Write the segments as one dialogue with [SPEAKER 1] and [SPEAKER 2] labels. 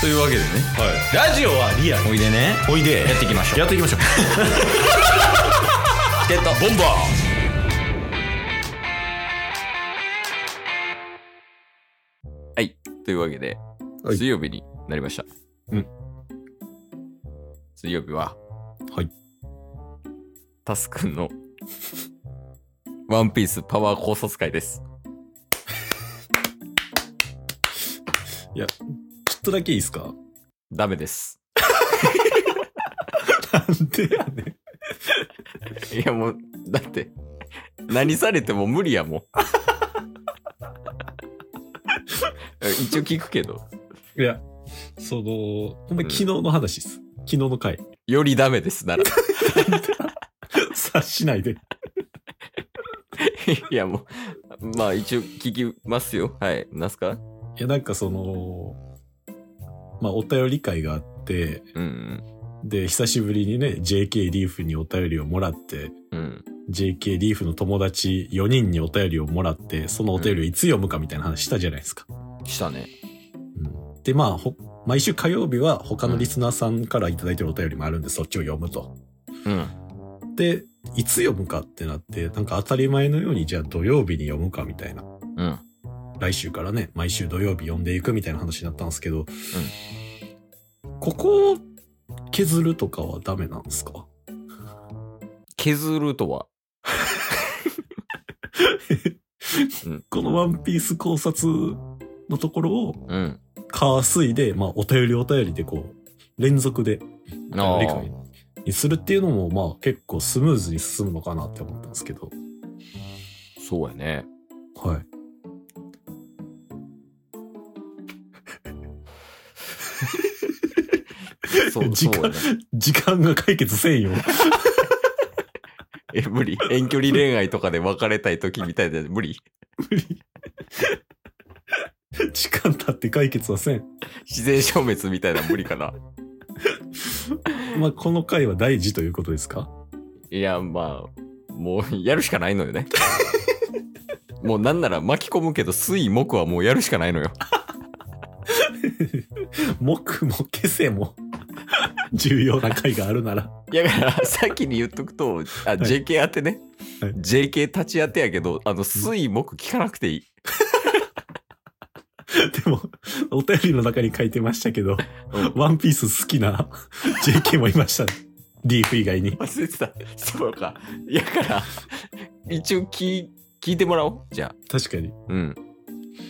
[SPEAKER 1] というわけでね
[SPEAKER 2] ラジオはリアル
[SPEAKER 1] おいでね
[SPEAKER 2] おいで
[SPEAKER 1] やっていきましょう
[SPEAKER 2] やっていきましょう
[SPEAKER 1] チケットボンバーはいというわけで、
[SPEAKER 2] はい
[SPEAKER 1] 水曜日になりました
[SPEAKER 2] うん
[SPEAKER 1] 水曜日は
[SPEAKER 2] はい
[SPEAKER 1] タスくんのワンピースパワー考察会です
[SPEAKER 2] ちょっとだけいいですか
[SPEAKER 1] ダメです
[SPEAKER 2] なんでやねん
[SPEAKER 1] いやもうだって何されても無理やもん 一応聞くけど
[SPEAKER 2] いやそのほんまに昨日の話です、昨日の回
[SPEAKER 1] よりダメですなら
[SPEAKER 2] 察しないで
[SPEAKER 1] いやもう、まあ一応聞きますよ。はい。なんすか
[SPEAKER 2] いやなんかそのまあお便り会があって
[SPEAKER 1] うん
[SPEAKER 2] で久しぶりにね JK リーフにお便りをもらって
[SPEAKER 1] うん。うん。
[SPEAKER 2] JK リーフの友達4人にお便りをもらってそのお便りをいつ読むかみたいな話したじゃないですか、
[SPEAKER 1] したね。
[SPEAKER 2] うんでまあほ毎週火曜日は他のリスナーさんから頂だいてるお便りもあるんで、そっちを読むと
[SPEAKER 1] うん。
[SPEAKER 2] でいつ読むかってなってなんか当たり前のようにじゃあ土曜日に読むかみたいな
[SPEAKER 1] うん。
[SPEAKER 2] 来週からね毎週土曜日読んでいくみたいな話になったんですけど、ここを削るとかはダメなんですか
[SPEAKER 1] 削るとは。
[SPEAKER 2] この「ワンピース考察のところを
[SPEAKER 1] うん。
[SPEAKER 2] 火水で、まあ、お便りお便りでこう、連続で、
[SPEAKER 1] あ
[SPEAKER 2] お
[SPEAKER 1] ー
[SPEAKER 2] 便り会にするっていうのも、まあ、結構スムーズに進むのかなって思ったんですけど。
[SPEAKER 1] そうやね。
[SPEAKER 2] はい。
[SPEAKER 1] そう、
[SPEAKER 2] 時
[SPEAKER 1] そ
[SPEAKER 2] 間
[SPEAKER 1] うやね。
[SPEAKER 2] 時間が解決せんよ。
[SPEAKER 1] え、無理。遠距離恋愛とかで別れたい時みたいで無理。
[SPEAKER 2] 時間経って解決はせん。
[SPEAKER 1] 自然消滅みたいな無理かな。
[SPEAKER 2] まあ、この回は大事ということですか
[SPEAKER 1] いや、まあ、もうやるしかないのよ ね。もうなんなら巻き込むけど、水木はもうやるしかないのよ。
[SPEAKER 2] 木も消せも、 重要な回があるなら。
[SPEAKER 1] いやだから先に言っとくとあ JK 当てね、
[SPEAKER 2] はい
[SPEAKER 1] JK 立ち当てやけどあの水木聞かなくていい
[SPEAKER 2] でも、お便りの中に書いてましたけど
[SPEAKER 1] うん、
[SPEAKER 2] ワンピース好きな JK もいました、ね。リーフ以外に。
[SPEAKER 1] 忘れてたそうかいやから 一応聞聞いてもらおうじゃ
[SPEAKER 2] 確かに。
[SPEAKER 1] あうん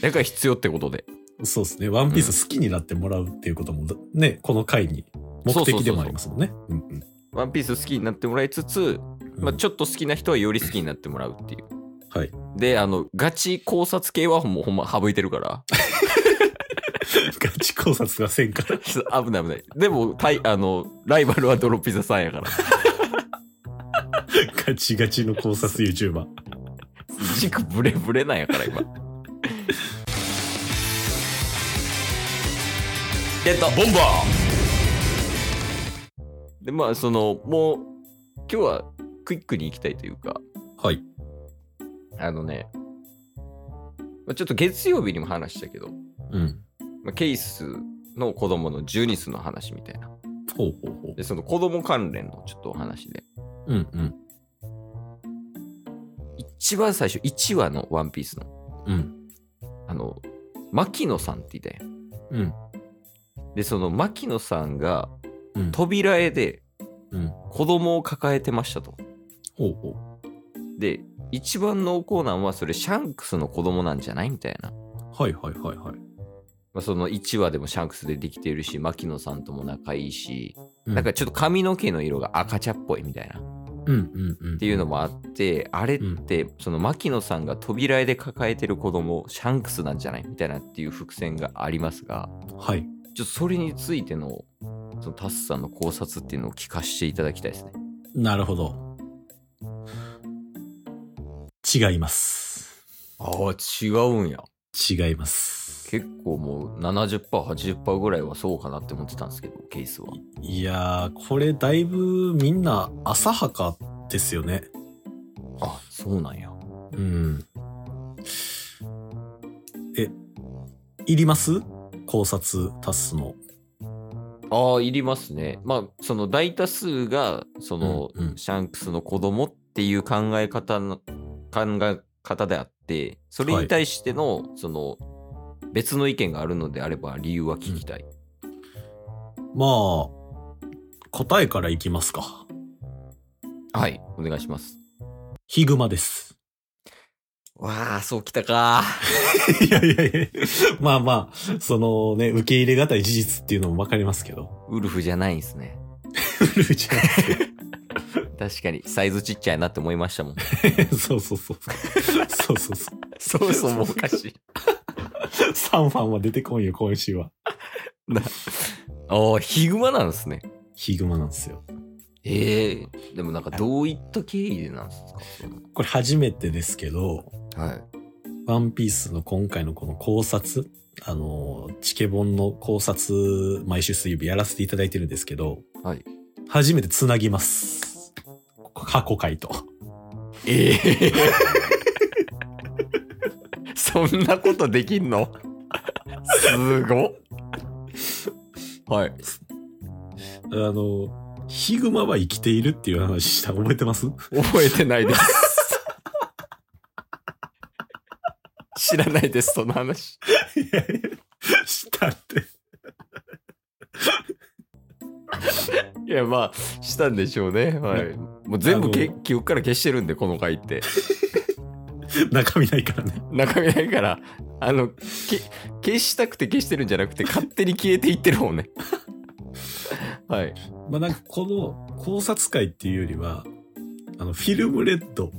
[SPEAKER 1] だから必要ってことで
[SPEAKER 2] そうですね。ワンピース好きになってもらうっていうことも、ね、この回に目的でもありますもんね。うんうん
[SPEAKER 1] 「ワンピース好きになってもらいつつ、まあ、ちょっと好きな人はより好きになってもらうっていう
[SPEAKER 2] はい。
[SPEAKER 1] であのガチ考察系はもうほんま省いてるから
[SPEAKER 2] ガチ考察がせんから。
[SPEAKER 1] 危ない危ないでもたいあのライバルはドロピザさんやから
[SPEAKER 2] ガチガチの考察 YouTuber。
[SPEAKER 1] 軸ブレブレなんやから今
[SPEAKER 2] ゲットボンバ
[SPEAKER 1] でまあそのもう今日はクイックに行きたいというか
[SPEAKER 2] ーはい。
[SPEAKER 1] あのね、まあ、ちょっと月曜日にも話したけど、
[SPEAKER 2] うん。
[SPEAKER 1] まあ、ケイスの子供の12スの話みたいな
[SPEAKER 2] ほうほうほ
[SPEAKER 1] でその子供関連のちょっとお話で
[SPEAKER 2] う。うんうん。
[SPEAKER 1] 一番最初1話の「ワンピースの
[SPEAKER 2] うん。
[SPEAKER 1] あの牧野さんっていたやん
[SPEAKER 2] うん。
[SPEAKER 1] でその牧野さんが
[SPEAKER 2] うん。
[SPEAKER 1] 扉絵で
[SPEAKER 2] うん。
[SPEAKER 1] 子供を抱えてましたと
[SPEAKER 2] ほうほ
[SPEAKER 1] で一番濃厚なのはそれシャンクスの子供なんじゃないみたいな
[SPEAKER 2] う。はいはいはいはい。
[SPEAKER 1] まあ、その1話でもシャンクスでできているし牧野さんとも仲いいし、
[SPEAKER 2] うん
[SPEAKER 1] なんかちょっと髪の毛の色が赤茶っぽいみたいなっ
[SPEAKER 2] うんうんうん。って
[SPEAKER 1] いうのもあってあれってその牧野さんが扉絵で抱えてる子供シャンクスなんじゃないみたいなっていう伏線がありますが
[SPEAKER 2] はい。
[SPEAKER 1] ちょっとそれについてのそのタスさんの考察っていうのを聞かせていただきたいですね。
[SPEAKER 2] なるほど。違います。
[SPEAKER 1] ああ違うんや。
[SPEAKER 2] 違います。
[SPEAKER 1] 結構もう 70%80% ぐらいはそうかなって思ってたんですけどケースは。
[SPEAKER 2] いやー、これだいぶみんな浅はかですよね。
[SPEAKER 1] あそうなんや。
[SPEAKER 2] うん。え、いります考察タスの
[SPEAKER 1] ああ、いりますね。まあ、その大多数が、その、
[SPEAKER 2] うんうん
[SPEAKER 1] シャンクスの子供っていう考え方の、考え方であって、それに対しての、その、別の意見があるのであれば、理由は聞きたい。
[SPEAKER 2] まあ、答えからいきますか。
[SPEAKER 1] はい、お願いします。
[SPEAKER 2] ヒグマです。
[SPEAKER 1] わあ、そうきたか。
[SPEAKER 2] いやいやいやまあまあ、そのね、受け入れがたい事実っていうのもわかりますけ ど。
[SPEAKER 1] ウルフじゃないんですね。
[SPEAKER 2] ウルフじゃなくて
[SPEAKER 1] 確かに、サイズちっちゃいなって思いましたもん。
[SPEAKER 2] そうそうそう。そうそうそう。
[SPEAKER 1] そもそもおかしい。
[SPEAKER 2] サンファンは出てこんよ、今週は。
[SPEAKER 1] ああ、ヒグマなんですね。
[SPEAKER 2] ヒグマなんですよ。
[SPEAKER 1] ええでもなんかどういった経緯でなんですかその
[SPEAKER 2] これ初めてですけど、
[SPEAKER 1] はい。
[SPEAKER 2] ワンピースの今回のこの考察、あの、チケボンの考察、毎週水曜日やらせていただいてるんですけど、
[SPEAKER 1] はい。
[SPEAKER 2] 初めて繋ぎます。過去回と。
[SPEAKER 1] ええ そんなことできんのすごはい。
[SPEAKER 2] あの、ヒグマは生きているっていう話した覚えてます
[SPEAKER 1] 覚えてない です。知らないです、その話。
[SPEAKER 2] いやいや、したって。
[SPEAKER 1] いや、まあ、したんでしょうね。はい。もう全部け記憶から消してるんで、この回って。
[SPEAKER 2] 中身ないからね。
[SPEAKER 1] 中身ないから、あの、け消したくて消してるんじゃなくて、勝手に消えていってるもんね。 はい。
[SPEAKER 2] まあなんかこの考察会っていうよりは、あの、フィルムレッド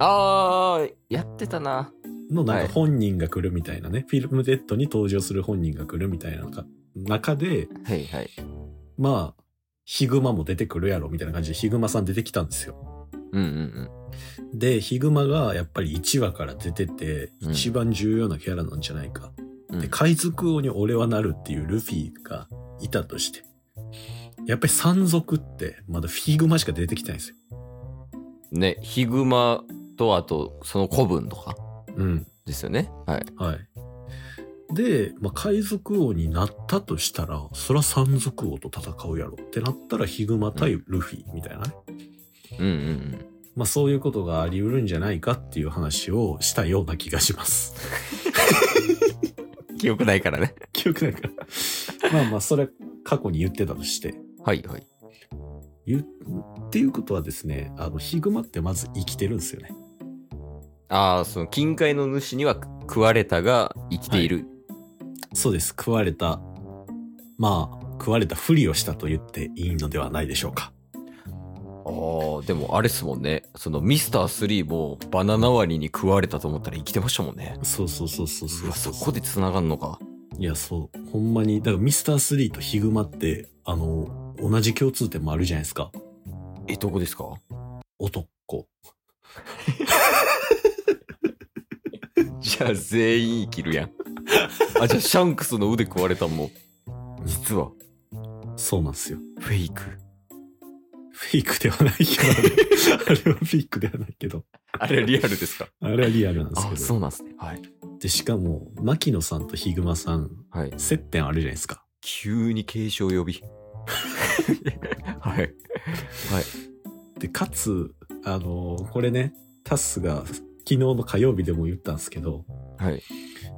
[SPEAKER 1] あー、やってたな。
[SPEAKER 2] のな
[SPEAKER 1] は
[SPEAKER 2] ん
[SPEAKER 1] い
[SPEAKER 2] か本人が来るみたいなね、フィルムレッドに登場する本人が来るみたいな中中で、
[SPEAKER 1] はいはい。
[SPEAKER 2] まあ、ヒグマも出てくるやろみたいな感じでヒグマさん出てきたんですよ。
[SPEAKER 1] うんうん
[SPEAKER 2] で、ヒグマがやっぱり1話から出てて、
[SPEAKER 1] うん
[SPEAKER 2] 一番重要なキャラなんじゃないか。
[SPEAKER 1] うん。
[SPEAKER 2] で、海賊王に俺はなるっていうルフィがいたとして、やっぱり山賊ってまだフィグマしか出てきてないんですよ。
[SPEAKER 1] ね、ヒグマと、あと、その古文とか
[SPEAKER 2] うん。
[SPEAKER 1] ですよね。はい。
[SPEAKER 2] はい。で、まあ、海賊王になったとしたら、そら山賊王と戦うやろってなったら、ヒグマ対ルフィみたいなね。
[SPEAKER 1] うんうん
[SPEAKER 2] まあ、そういうことがあり得るんじゃないかっていう話をしたような気がします。
[SPEAKER 1] うん。記憶ないからね。
[SPEAKER 2] 記憶ないから。まあまあ、それは過去に言ってたとして。
[SPEAKER 1] はいはい。
[SPEAKER 2] 言うっていうことはですね、あの、ヒグマってまず生きてるんですよね。
[SPEAKER 1] あー、その、近海の主には食われたが生きている。
[SPEAKER 2] そうです。食われた、まあ、食われたふりをしたと言っていいのではないでしょうか。
[SPEAKER 1] あー、でもあれっすもんね。その、ミスター3もバナナ割りに食われたと思ったら生きてましたもんね。
[SPEAKER 2] そうそうそうそうそう
[SPEAKER 1] うわ、そこで繋がんのか。
[SPEAKER 2] いや、そう。ほんまに、だからミスター3とヒグマって、あの、同じ共通点もあるじゃないですか。
[SPEAKER 1] え、どこですか
[SPEAKER 2] 男。
[SPEAKER 1] じゃあ全員生きるやん。あ、じゃあシャンクスの腕食われたんも、実は
[SPEAKER 2] そうなんですよ。
[SPEAKER 1] フェイク。
[SPEAKER 2] フェイクではないけど、 あれはフェイクではないけど、
[SPEAKER 1] あれリアルですか
[SPEAKER 2] あれはリアルなんで
[SPEAKER 1] あ、
[SPEAKER 2] すけ
[SPEAKER 1] そ
[SPEAKER 2] ど。
[SPEAKER 1] うなんですね。はい。
[SPEAKER 2] で、しかも、牧野さんとヒグマさん、
[SPEAKER 1] はい。
[SPEAKER 2] 接点あるじゃないですか。
[SPEAKER 1] 急に警鐘呼び。 はい。
[SPEAKER 2] で、かつ、あの、これね、タスが昨日の火曜日でも言ったんですけど、
[SPEAKER 1] はい。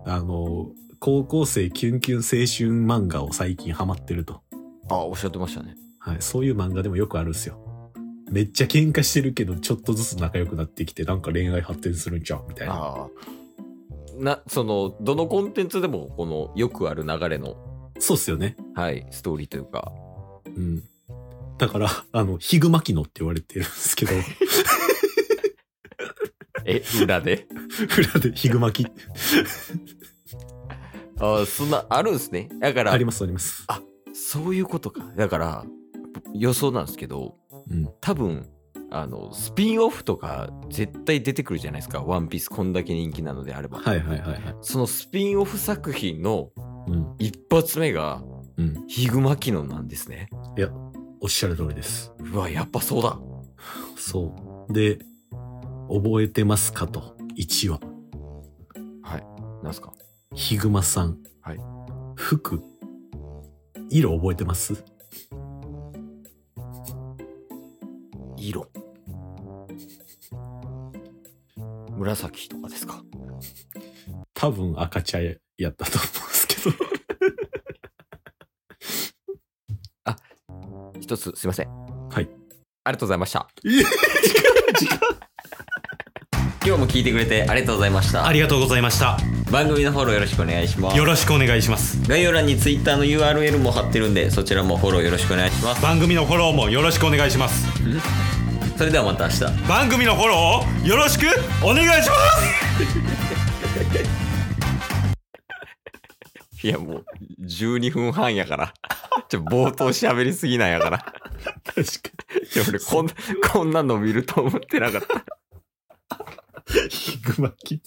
[SPEAKER 2] あの、高校生キュンキュン青春漫画を最近ハマってると。
[SPEAKER 1] あ、おっしゃってましたね。
[SPEAKER 2] はい、そういう漫画でもよくあるんですよ。めっちゃ喧嘩してるけど、ちょっとずつ仲良くなってきて、なんか恋愛発展するんちゃうみたいな。
[SPEAKER 1] ああ。な、その、どのコンテンツでも、この、よくある流れの、
[SPEAKER 2] そうっすよね。
[SPEAKER 1] はい、ストーリーというか。
[SPEAKER 2] うん。だから、あの、ヒグマキノって言われてるんですけど、
[SPEAKER 1] え、裏 で
[SPEAKER 2] 裏でヒグマキ、
[SPEAKER 1] ああ、そんな、あるんですね。だから
[SPEAKER 2] あり、ますあります。
[SPEAKER 1] そういうことか。だから、予想なんですけど、
[SPEAKER 2] うん。
[SPEAKER 1] 多分あのスピンオフとか絶対出てくるじゃないですか「ワンピースこんだけ人気なのであれば、
[SPEAKER 2] はいはいはいはい。
[SPEAKER 1] そのスピンオフ作品の
[SPEAKER 2] うん。
[SPEAKER 1] 一発目が
[SPEAKER 2] うん。
[SPEAKER 1] ヒグマキノンなんですね
[SPEAKER 2] おっしゃる通りです。
[SPEAKER 1] うわやっぱそうだ
[SPEAKER 2] そう。で、覚えてますかと。1話。
[SPEAKER 1] なんすか
[SPEAKER 2] ヒグマさん。
[SPEAKER 1] はい。
[SPEAKER 2] 服。色覚えてます
[SPEAKER 1] 色。紫とかですか。
[SPEAKER 2] 多分赤茶やったと思うんですけど。
[SPEAKER 1] 一つすいません。
[SPEAKER 2] はい。
[SPEAKER 1] ありがとうございました。
[SPEAKER 2] いえ
[SPEAKER 1] 今日も聞いてくれてありがとうございました
[SPEAKER 3] あ。りがとうございました
[SPEAKER 1] 番組のフォローよろしくお願いします
[SPEAKER 3] よ。ろしくお願いします
[SPEAKER 1] 概要欄に Twitter の URL も貼ってるんで、そちらもフォローよろしくお願いします。
[SPEAKER 3] 番組のフォローもよろしくお願いします
[SPEAKER 1] それではまた明日。
[SPEAKER 3] 番組のフォローをよろしくお願いします
[SPEAKER 1] いやもう12分半や から。ちょ冒頭喋りすぎなんやから。
[SPEAKER 2] 確か
[SPEAKER 1] いや俺こんな、こんな伸びると思ってなかった。
[SPEAKER 2] に。ヒグマキ。